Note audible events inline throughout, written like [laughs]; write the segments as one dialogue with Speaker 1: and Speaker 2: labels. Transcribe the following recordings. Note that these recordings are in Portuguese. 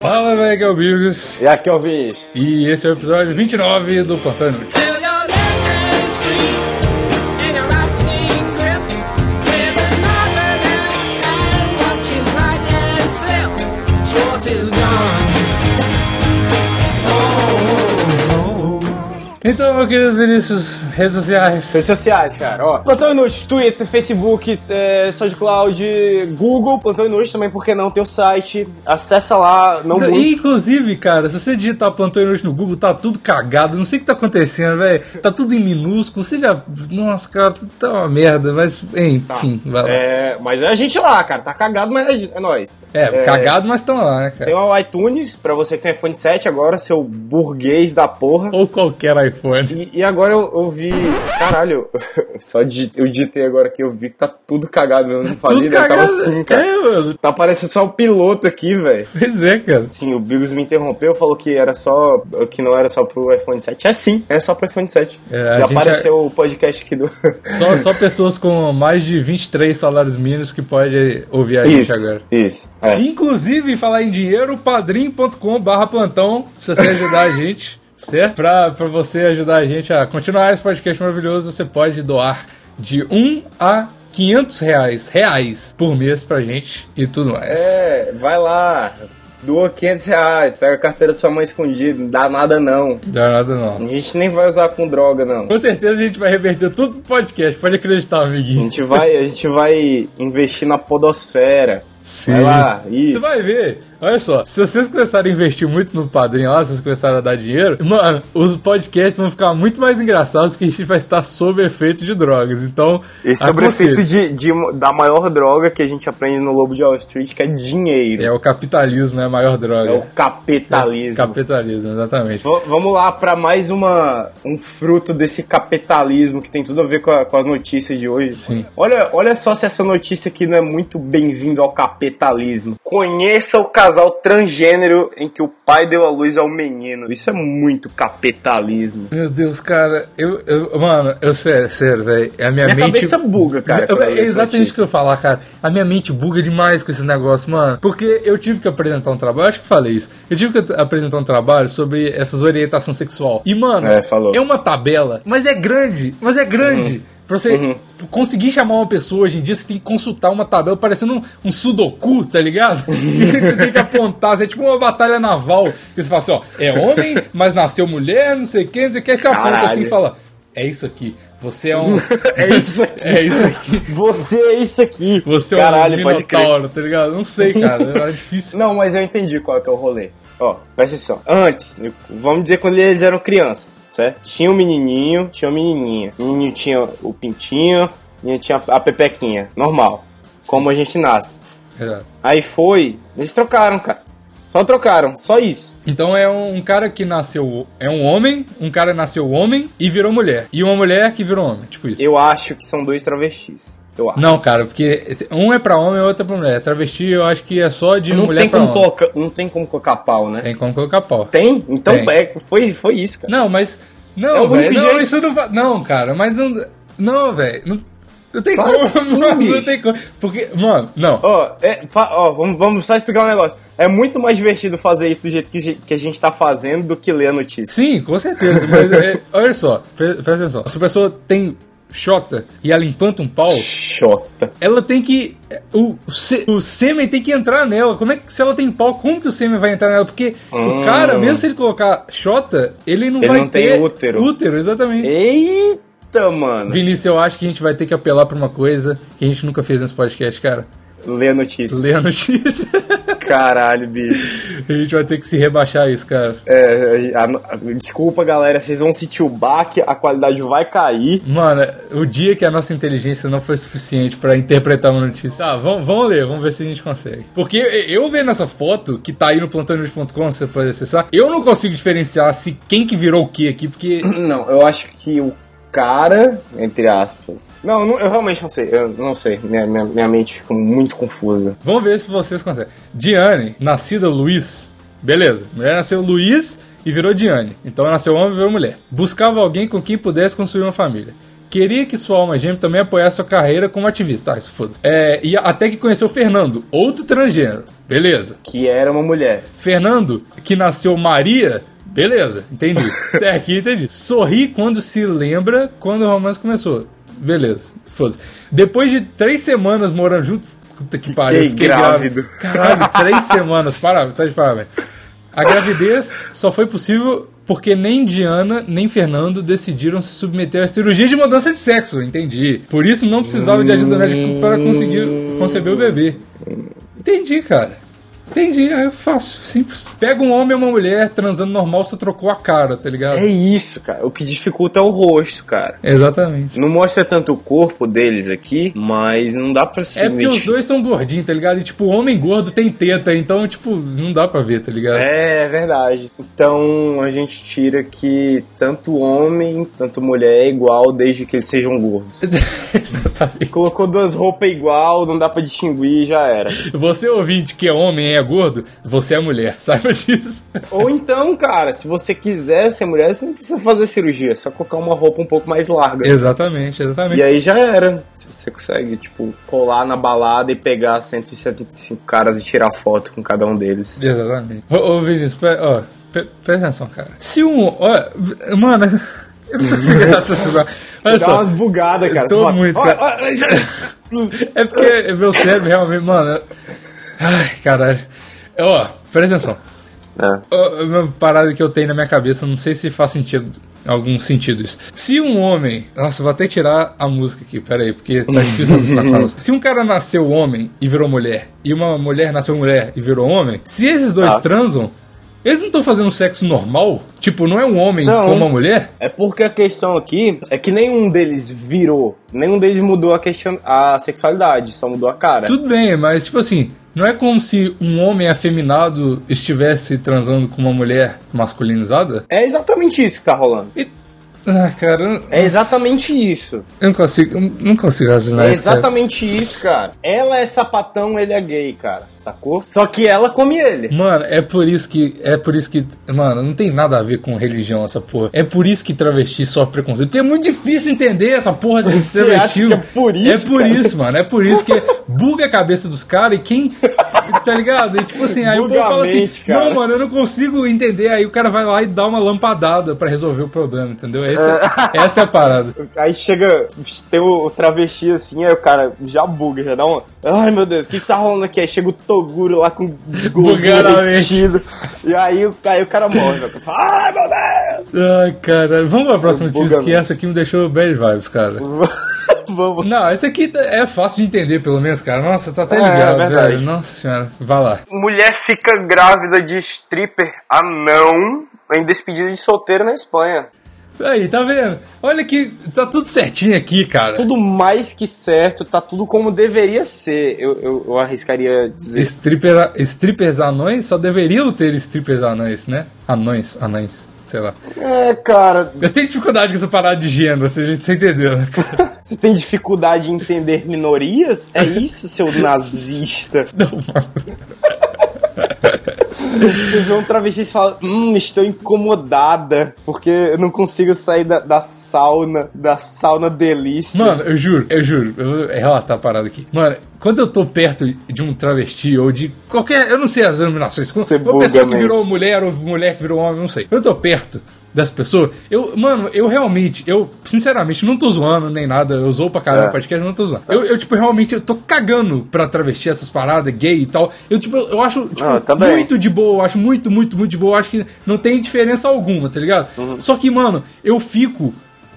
Speaker 1: Fala, velho, que é o Bigos.
Speaker 2: E aqui é o Viz.
Speaker 1: E esse é o episódio 29 do Plantão Inútil.
Speaker 3: Feel your left hand free in a ratting grip with another left hand watch his right hand slip towards his gun.
Speaker 1: Então, meu querido Vinícius, redes sociais.
Speaker 2: Redes sociais, cara, ó. Plantão Inútil, Twitter, Facebook, é, SoundCloud, Google, Plantão Inútil também, porque não tem o site. Acessa lá, não muito.
Speaker 1: E, inclusive, cara, se você digitar Plantão Inútil no Google, tá tudo cagado, não sei o que tá acontecendo, velho. Tá tudo em minúsculo, você já... Nossa, cara, tá uma merda, mas enfim, vai lá. É,
Speaker 2: É, mas é a gente lá, cara. Tá cagado, mas é nós.
Speaker 1: cagado, mas tão lá, né, cara?
Speaker 2: Tem o iTunes, pra você que tem iPhone 7 agora, seu burguês da porra.
Speaker 1: Ou qualquer iPhone.
Speaker 2: E, e agora eu, eu vi. Caralho, [laughs] só digi- eu digitei agora que eu vi que tá tudo cagado mesmo. Não fazia,
Speaker 1: tudo
Speaker 2: ideia,
Speaker 1: cagado.
Speaker 2: tava assim, cara.
Speaker 1: É, mano.
Speaker 2: Tá parecendo só o piloto aqui, velho.
Speaker 1: Pois é, cara.
Speaker 2: Sim, o Bigos me interrompeu, falou que era só que não era só pro iPhone 7. É sim, é só pro iPhone 7.
Speaker 1: É, a
Speaker 2: Já
Speaker 1: gente
Speaker 2: apareceu o podcast aqui do
Speaker 1: Só, só pessoas com mais de 23 salários mínimos que podem ouvir [laughs] a gente
Speaker 2: Isso.
Speaker 1: agora.
Speaker 2: Isso. É.
Speaker 1: Inclusive, falar em dinheiro, padrim.com barra plantão, se você ajudar a [laughs] gente, certo? Pra, pra você ajudar a gente a continuar esse podcast maravilhoso, você pode doar de 1 a 500 reais, reais por mês pra gente e tudo mais.
Speaker 2: É, vai lá, doa 500 reais, pega a carteira da sua mãe escondida, não dá nada não.
Speaker 1: Não dá nada não.
Speaker 2: A gente nem vai usar com droga não.
Speaker 1: Com certeza a gente vai reverter tudo pro podcast, pode acreditar,
Speaker 2: A
Speaker 1: amiguinho.
Speaker 2: gente vai, a gente vai investir na podosfera.
Speaker 1: Sim.
Speaker 2: Vai lá,
Speaker 1: Você
Speaker 2: isso.
Speaker 1: vai ver, olha só, se vocês começarem a investir muito no padrinho lá, se vocês começarem a dar dinheiro, mano, os podcasts vão ficar muito mais engraçados porque a gente vai estar sob efeito de drogas. Então,
Speaker 2: Esse sobre o
Speaker 1: aconselho.
Speaker 2: efeito de, de- da maior droga que a gente aprende no Lobo de Wall Street, que é dinheiro.
Speaker 1: É o capitalismo, é a maior droga.
Speaker 2: É o capitalismo.
Speaker 1: Capitalismo, exatamente.
Speaker 2: V- vamos lá para mais uma um fruto desse capitalismo que tem tudo a ver com, a- com as notícias de hoje.
Speaker 1: Sim.
Speaker 2: Olha, olha só se essa notícia aqui não é muito bem-vindo ao capitalismo. Conheça o casal transgênero em que o pai deu à luz ao menino. Isso é muito capitalismo. [laughs]
Speaker 1: Meu Deus, cara, eu, eu- mano, eu sério, sério, velho, a minha,
Speaker 2: Minha
Speaker 1: mente
Speaker 2: cabeça buga, cara,
Speaker 1: Eu-
Speaker 2: quando eu
Speaker 1: é
Speaker 2: leio essa
Speaker 1: exatamente o que
Speaker 2: notícia.
Speaker 1: eu falar, cara. A minha mente buga demais com esses negócios, mano. Porque eu tive que apresentar um trabalho, acho que falei isso. Eu tive que at- apresentar um trabalho sobre essas orientações sexual. E, mano,
Speaker 2: É, falou. Uhum.
Speaker 1: uma tabela, mas é grande, mas é grande. Pra você conseguir chamar uma pessoa hoje em dia, você tem que consultar uma tabela parecendo um, um sudoku, tá ligado? [laughs]
Speaker 2: [laughs]
Speaker 1: E você tem que apontar, assim, é tipo uma batalha naval. Que você fala assim, ó, é homem, mas nasceu mulher, não sei o que, não sei o que. Aí você aponta
Speaker 2: Caralho.
Speaker 1: assim e fala, é isso aqui, você é um...
Speaker 2: [laughs] É isso
Speaker 1: [laughs]
Speaker 2: aqui.
Speaker 1: é isso aqui.
Speaker 2: Você é isso aqui.
Speaker 1: Você é um
Speaker 2: Caralho, pode crer.
Speaker 1: minotauro, tá ligado? Não sei,
Speaker 2: [laughs]
Speaker 1: cara, é difícil.
Speaker 2: Não, mas eu entendi qual que é o rolê. Ó, presta atenção. Antes, vamos dizer quando eles eram crianças, certo? Tinha o menininho, tinha a menininha. O menininho tinha o pintinho, e tinha a pepequinha. Normal. Como a gente nasce.
Speaker 1: É.
Speaker 2: Aí foi, eles trocaram, cara. Só trocaram, só isso.
Speaker 1: Então é um, um cara que nasceu... É um homem, um cara nasceu homem e virou mulher. E uma mulher que virou homem, tipo isso.
Speaker 2: Eu acho que são dois travestis. Eu acho.
Speaker 1: Não, cara, porque um é pra homem e outro é pra mulher. Travesti eu acho que é só de mulher
Speaker 2: tem
Speaker 1: pra
Speaker 2: como
Speaker 1: homem.
Speaker 2: colocar, não tem como colocar pau, né?
Speaker 1: Tem como colocar pau.
Speaker 2: Tem? Então
Speaker 1: Tem.
Speaker 2: é, foi, foi isso, cara.
Speaker 1: Não, mas.
Speaker 2: É
Speaker 1: Não,
Speaker 2: o único
Speaker 1: velho. Não,
Speaker 2: jeito.
Speaker 1: isso não faz. Não, cara, mas não. Não, velho. Não, não tem
Speaker 2: Claro
Speaker 1: como. [laughs]
Speaker 2: que sim,
Speaker 1: mano, não
Speaker 2: bicho.
Speaker 1: tem como. Porque, mano, não.
Speaker 2: Ó, é, fa- ó, vamos, vamos só explicar um negócio. É muito mais divertido fazer isso do jeito que, ge- que a gente tá fazendo do que ler a notícia.
Speaker 1: Sim, com certeza. Mas é, olha só, pre- presta atenção. Se a pessoa tem xota e ela implanta um pau,
Speaker 2: Chota.
Speaker 1: ela tem que. O, se- o sêmen tem que entrar nela. Como é que se ela tem pau, como que o sêmen vai entrar nela? Porque o
Speaker 2: Hum.
Speaker 1: cara, mesmo se ele colocar xota, ele não
Speaker 2: Ele
Speaker 1: vai
Speaker 2: não tem
Speaker 1: ter
Speaker 2: útero.
Speaker 1: Útero, exatamente.
Speaker 2: Eita, mano.
Speaker 1: Vinícius, eu acho que a gente vai ter que apelar pra uma coisa que a gente nunca fez nesse podcast, cara.
Speaker 2: Lê a notícia.
Speaker 1: Ler a notícia. [laughs]
Speaker 2: Caralho, bicho.
Speaker 1: A gente vai ter que se rebaixar isso, cara.
Speaker 2: É, a no- a- desculpa, galera. Vocês vão sentir o baque, a qualidade vai cair.
Speaker 1: Mano, o dia que a nossa inteligência não foi suficiente pra interpretar uma notícia. Tá, vamos, vamos ler, vamos ver se a gente consegue. Porque eu vendo essa foto, que tá aí no plantonews.com, você pode acessar, eu não consigo diferenciar se quem que virou o que aqui, [coughs] porque.
Speaker 2: Não, eu acho que o cara, entre aspas. Não, não- eu realmente não sei. Eu não sei. Minha, minha, minha mente ficou muito confusa.
Speaker 1: Vamos ver se vocês conseguem. Diane, nascida Luiz. Beleza, mulher nasceu Luiz e virou Diane. Então nasceu homem e virou mulher. Buscava alguém com quem pudesse construir uma família. Queria que sua alma gêmea também apoiasse sua carreira como ativista. Ah, isso foda é, E até que conheceu o Fernando, outro transgênero. Beleza.
Speaker 2: Que era uma mulher.
Speaker 1: Fernando, que nasceu Maria. Beleza,
Speaker 2: [laughs]
Speaker 1: entendi. Até aqui entendi. Sorri quando se lembra quando o romance começou. Beleza, foda-se. Depois de três semanas morando junto. Puta que pariu,
Speaker 2: Fiquei
Speaker 1: fiquei
Speaker 2: grávido. [laughs]
Speaker 1: Caralho, três semanas. Parabéns, tá de parabéns. A gravidez só foi possível porque nem Diana nem Fernando decidiram se submeter à cirurgia de mudança de sexo, entendi. Por isso não precisava de ajuda médica para conseguir conceber o bebê. Entendi, cara. Entendi, aí eu faço, simples. Pega um homem e uma mulher transando normal, você trocou a cara, tá ligado?
Speaker 2: É isso, cara. O que dificulta é o rosto, cara.
Speaker 1: Exatamente.
Speaker 2: Não mostra tanto o corpo deles aqui, mas não dá pra se
Speaker 1: É porque os
Speaker 2: identificar.
Speaker 1: dois são gordinhos, tá ligado? E tipo, homem gordo tem teta, então, tipo, não dá pra ver, tá ligado?
Speaker 2: É, é verdade. Então a gente tira que tanto homem, tanto mulher é igual desde que eles sejam gordos.
Speaker 1: [laughs] Exatamente.
Speaker 2: [laughs] Colocou duas roupas igual, não dá pra distinguir e já era.
Speaker 1: Você ouvinte que é homem e é gordo, você é mulher, [laughs] saiba disso.
Speaker 2: Ou então, cara, se você quiser ser mulher, você não precisa fazer cirurgia, é só colocar uma roupa um pouco mais larga.
Speaker 1: Exatamente, exatamente.
Speaker 2: E aí já era. Você consegue, tipo, colar na balada e pegar 175 caras e tirar foto com cada um deles.
Speaker 1: Exatamente. Ô, ô Vinícius, pera, ó, pre- presta atenção, cara. Se um. Ó, v- mano, [laughs] eu não tô conseguindo raciocinar. Olha
Speaker 2: Você dá
Speaker 1: só.
Speaker 2: umas bugadas, cara.
Speaker 1: Tô
Speaker 2: Você fala,
Speaker 1: muito,
Speaker 2: "Olha,
Speaker 1: cara."
Speaker 2: olha, já-
Speaker 1: É
Speaker 2: [laughs]
Speaker 1: porque meu cérebro realmente, mano. eu- Ai, caralho. Ó, presta atenção.
Speaker 2: É.
Speaker 1: Ó, Uma parada que eu tenho na minha cabeça, não sei se faz sentido. Algum sentido isso. Se um homem. Nossa, vou até tirar a música aqui, peraí, porque
Speaker 2: Hum.
Speaker 1: tá difícil assustar com a
Speaker 2: [laughs]
Speaker 1: música. Se um cara nasceu homem e virou mulher, e uma mulher nasceu mulher e virou homem, se esses dois
Speaker 2: Tá.
Speaker 1: transam, eles não estão fazendo sexo normal? Tipo, não é um homem
Speaker 2: Não.
Speaker 1: com uma mulher?
Speaker 2: É porque a questão aqui é que nenhum deles virou, nenhum deles mudou a, questão, a sexualidade, só mudou a cara.
Speaker 1: Tudo bem, mas tipo assim, não é como se um homem afeminado estivesse transando com uma mulher masculinizada?
Speaker 2: É exatamente isso que tá rolando.
Speaker 1: E. Ah, cara, eu-
Speaker 2: É exatamente isso.
Speaker 1: eu não consigo, eu não consigo raciocinar
Speaker 2: É
Speaker 1: isso, cara.
Speaker 2: exatamente isso, cara. Ela é sapatão, ele é gay, cara. Sacou? Só que ela come ele.
Speaker 1: Mano, é por isso que. É por isso que. Mano, não tem nada a ver com religião essa porra. É por isso que travesti sofre preconceito. Porque é muito difícil entender essa porra de
Speaker 2: Você
Speaker 1: travesti.
Speaker 2: acha que é por isso,
Speaker 1: É por
Speaker 2: cara?
Speaker 1: isso, mano. É por isso que buga a cabeça dos caras e quem. Tá ligado? E tipo assim, aí o
Speaker 2: Buga
Speaker 1: povo
Speaker 2: a
Speaker 1: fala assim:
Speaker 2: mente, cara.
Speaker 1: Não, mano, eu não consigo entender. Aí o cara vai lá e dá uma lampadada pra resolver o problema, entendeu? Essa,
Speaker 2: [laughs]
Speaker 1: essa é a parada.
Speaker 2: Aí chega, tem o travesti assim, aí o cara já buga, já dá um. Ai meu Deus, o que, que tá rolando aqui? Aí chega o Toguro lá com
Speaker 1: Bugaram a mente.
Speaker 2: metido. E aí, o- aí o cara morre. velho. Fala, Ai meu Deus!
Speaker 1: Ai, caralho. Vamos pra próxima notícia,
Speaker 2: Buga
Speaker 1: que
Speaker 2: mesmo.
Speaker 1: essa aqui me deixou bad vibes, cara.
Speaker 2: [laughs] Vamos.
Speaker 1: Não, esse aqui tá- é fácil de entender, pelo menos, cara. Nossa, tá até
Speaker 2: É,
Speaker 1: ligado,
Speaker 2: é verdade.
Speaker 1: velho. Nossa senhora, vai lá.
Speaker 2: Mulher fica grávida de stripper anão em despedida de solteiro na Espanha.
Speaker 1: Aí, tá vendo? Olha que tá tudo certinho aqui, cara.
Speaker 2: Tudo mais que certo, tá tudo como deveria ser, eu, eu, eu arriscaria dizer.
Speaker 1: Stripper, strippers anões só deveriam ter strippers anões, né? Anões, anões, sei lá.
Speaker 2: É, cara,
Speaker 1: Eu tenho dificuldade com essa parada de gênero, você já tá entendendo, né? [laughs] cara?
Speaker 2: você tem dificuldade em entender minorias? É isso, seu [laughs] nazista.
Speaker 1: Não, mano.
Speaker 2: Você vê um travesti e fala, hum, estou incomodada, porque eu não consigo sair da, da sauna, da sauna delícia.
Speaker 1: Mano, eu juro, eu juro. Eu vou relatar a parada aqui. Mano, quando eu tô perto de um travesti ou de qualquer. Eu não sei as denominações.
Speaker 2: Você
Speaker 1: Uma
Speaker 2: buga
Speaker 1: pessoa que
Speaker 2: mesmo.
Speaker 1: virou mulher ou mulher que virou homem, eu não sei. Eu tô perto das pessoas. Eu, mano, eu realmente, eu, sinceramente, não tô zoando nem nada. Eu zoo pra caralho
Speaker 2: É.
Speaker 1: o podcast, não tô zoando. Eu, eu, tipo, realmente, eu tô cagando pra travesti essas paradas, gay e tal. Eu, tipo, eu acho, tipo,
Speaker 2: Ah, tá bem.
Speaker 1: muito de boa, eu acho muito, muito, muito de boa. Eu acho que não tem diferença alguma, tá ligado?
Speaker 2: Uhum.
Speaker 1: Só que, mano, eu fico,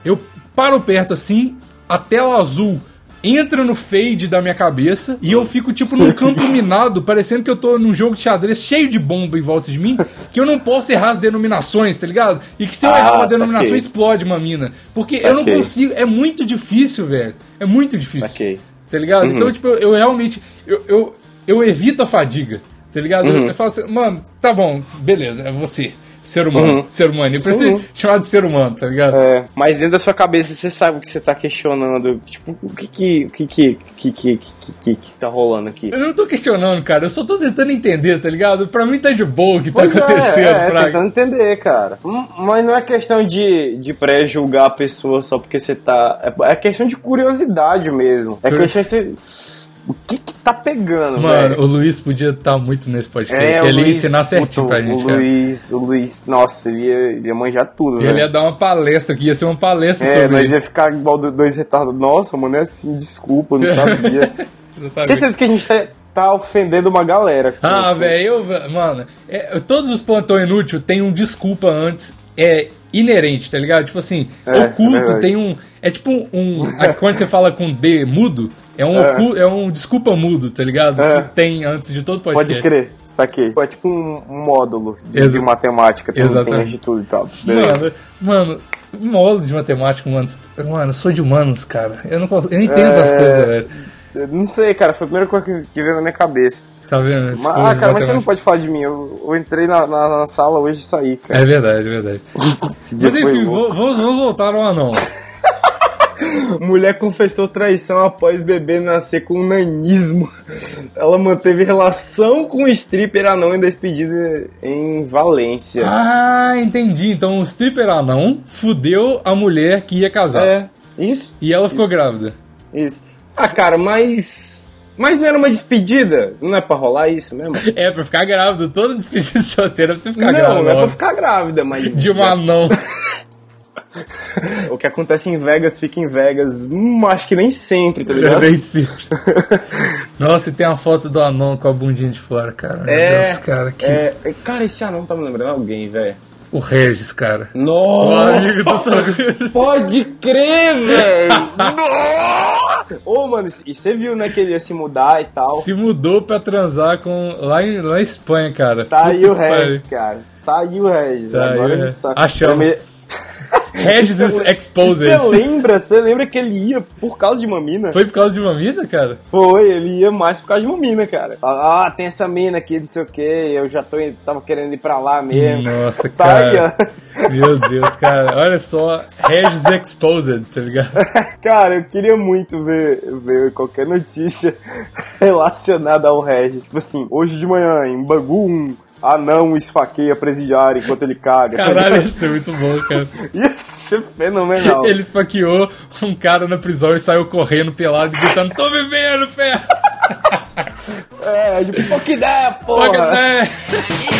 Speaker 1: eu paro perto assim, a tela azul entra no fade da minha cabeça e eu fico, tipo, num
Speaker 2: [laughs]
Speaker 1: campo minado, parecendo que eu tô num jogo de xadrez cheio de bomba em volta de mim, que eu não posso errar as denominações, tá ligado? E que se eu
Speaker 2: Ah,
Speaker 1: errar uma
Speaker 2: saquei.
Speaker 1: denominação, explode uma mina. Porque eu não
Speaker 2: Saquei.
Speaker 1: consigo, é muito difícil, velho. É muito difícil.
Speaker 2: Saquei.
Speaker 1: Tá ligado?
Speaker 2: Uhum.
Speaker 1: Então, tipo, eu, eu realmente. Eu,
Speaker 2: Uhum.
Speaker 1: eu, eu evito a fadiga. Tá ligado? Eu, eu falo assim, mano, tá bom, beleza, é você. Ser humano,
Speaker 2: Uhum.
Speaker 1: ser humano. E pra
Speaker 2: Sim.
Speaker 1: ser chamado de ser humano, tá ligado?
Speaker 2: É, mas dentro da sua cabeça você sabe o que você tá questionando. Tipo, o que que. O que que. O que que, que, que, que tá rolando aqui?
Speaker 1: Eu não tô questionando, cara. Eu só tô tentando entender, tá ligado? Pra mim tá de boa o que tá
Speaker 2: Pois é,
Speaker 1: acontecendo,
Speaker 2: é,
Speaker 1: Fraga.
Speaker 2: tentando entender, cara. Hum, Mas não é questão de, de pré-julgar a pessoa só porque você tá. É, é questão de curiosidade mesmo. É
Speaker 1: Curi-
Speaker 2: questão de você. O que que tá pegando,
Speaker 1: Mano,
Speaker 2: velho?
Speaker 1: o Luiz podia estar muito nesse podcast.
Speaker 2: É, o
Speaker 1: ele ia
Speaker 2: Luiz-
Speaker 1: ensinar certinho
Speaker 2: puta,
Speaker 1: pra gente,
Speaker 2: O
Speaker 1: cara.
Speaker 2: Luiz, o Luiz, nossa, ele ia, ele ia manjar tudo,
Speaker 1: Ele
Speaker 2: velho.
Speaker 1: ia dar uma palestra aqui, ia ser uma palestra
Speaker 2: É,
Speaker 1: sobre
Speaker 2: nós
Speaker 1: isso.
Speaker 2: ia ficar igual do- dois retardos. Nossa, mano, é assim, desculpa, eu
Speaker 1: [laughs]
Speaker 2: não sabia.
Speaker 1: Exatamente.
Speaker 2: Certeza que a gente tá, tá ofendendo uma galera.
Speaker 1: Ah,
Speaker 2: cara.
Speaker 1: velho, eu- mano, é, todos os plantão inútil tem um desculpa antes, é inerente, tá ligado? Tipo assim,
Speaker 2: É, é
Speaker 1: oculto
Speaker 2: verdade.
Speaker 1: tem um. É tipo um. um- a- quando você fala com D mudo, é um,
Speaker 2: É.
Speaker 1: ocu- é um desculpa mudo, tá ligado?
Speaker 2: É.
Speaker 1: Que tem antes de todo podcast.
Speaker 2: Pode crer, saquei. É tipo um um módulo de,
Speaker 1: Exa-
Speaker 2: de matemática, tem, tem
Speaker 1: Exatamente.
Speaker 2: de tudo e tal. Beleza.
Speaker 1: Mano, mano, módulo de matemática, mano. Mano, eu sou de humanos, cara. Eu não, cons- eu não entendo essas
Speaker 2: É.
Speaker 1: coisas, velho.
Speaker 2: Eu Não sei, cara, foi a primeira coisa que, que veio na minha cabeça.
Speaker 1: Tá vendo? Esse
Speaker 2: Mas,
Speaker 1: povo
Speaker 2: ah,
Speaker 1: de
Speaker 2: cara, mas você
Speaker 1: matemática.
Speaker 2: não pode falar de mim. Eu, eu entrei na, na- na sala hoje e saí, cara.
Speaker 1: É verdade, é verdade.
Speaker 2: Esse dia
Speaker 1: Mas
Speaker 2: foi
Speaker 1: enfim, vo-
Speaker 2: louco.
Speaker 1: vamos, vamos voltar ao anão.
Speaker 2: Mulher confessou traição após bebê nascer com nanismo. [laughs] Ela manteve relação com o stripper anão em despedida em Valência.
Speaker 1: Ah, entendi. Então o stripper anão fudeu a mulher que ia casar.
Speaker 2: é, isso?
Speaker 1: E ela ficou grávida.
Speaker 2: Isso. Ah, cara, mas. Mas não era uma despedida? Não é pra rolar isso mesmo?
Speaker 1: É, pra ficar grávida. Toda despedida [laughs] de solteira é pra você ficar
Speaker 2: não,
Speaker 1: grávida.
Speaker 2: é pra
Speaker 1: logo.
Speaker 2: ficar grávida, [laughs] mas.
Speaker 1: De um anão.
Speaker 2: O que acontece em Vegas fica em Vegas. Hum, acho que nem sempre, tá
Speaker 1: Eu
Speaker 2: ligado?
Speaker 1: nem sei. [laughs] Nossa, e tem uma foto do anão com a bundinha de fora, cara. Meu
Speaker 2: É,
Speaker 1: Deus, cara. Que...
Speaker 2: É, cara, esse anão tá me lembrando alguém, velho.
Speaker 1: O Regis, cara. O
Speaker 2: Nossa!
Speaker 1: amigo do Sogro.
Speaker 2: Pode crer, velho! Nossa! Ô, mano, e você viu, né, que ele ia se mudar e tal.
Speaker 1: Se mudou pra transar com. Lá em, lá em Espanha, cara.
Speaker 2: Tá aí o
Speaker 1: Puta que
Speaker 2: Regis, cara. Tá aí o Regis.
Speaker 1: Tá aí
Speaker 2: Agora
Speaker 1: o
Speaker 2: ele
Speaker 1: Regis.
Speaker 2: sabe.
Speaker 1: Achamos.
Speaker 2: Eu me-
Speaker 1: pariu. Regis is
Speaker 2: é
Speaker 1: exposed.
Speaker 2: Você lembra? Você lembra que ele ia por causa de uma mina?
Speaker 1: Foi por causa de uma vida, cara?
Speaker 2: Foi, ele ia mais por causa de uma mina, cara. Ah, tem essa mina aqui, não sei o que, eu já tô, tava querendo ir pra lá mesmo.
Speaker 1: Nossa,
Speaker 2: Tá aí,
Speaker 1: cara. Meu Deus, cara. Olha só. Regis exposed, tá ligado?
Speaker 2: ó. Cara, eu queria muito ver, ver qualquer notícia [laughs] relacionada ao Regis. Tipo assim, hoje de manhã, em Bangu, um anão esfaqueia presidiário enquanto ele caga.
Speaker 1: Caralho,
Speaker 2: [laughs]
Speaker 1: isso é muito bom, cara.
Speaker 2: Ia ser fenomenal.
Speaker 1: Ele esfaqueou um cara na prisão e saiu correndo pelado e gritando: Tô vivendo, pé!
Speaker 2: É, tipo, pô, que ideia, porra!
Speaker 1: Olha, né?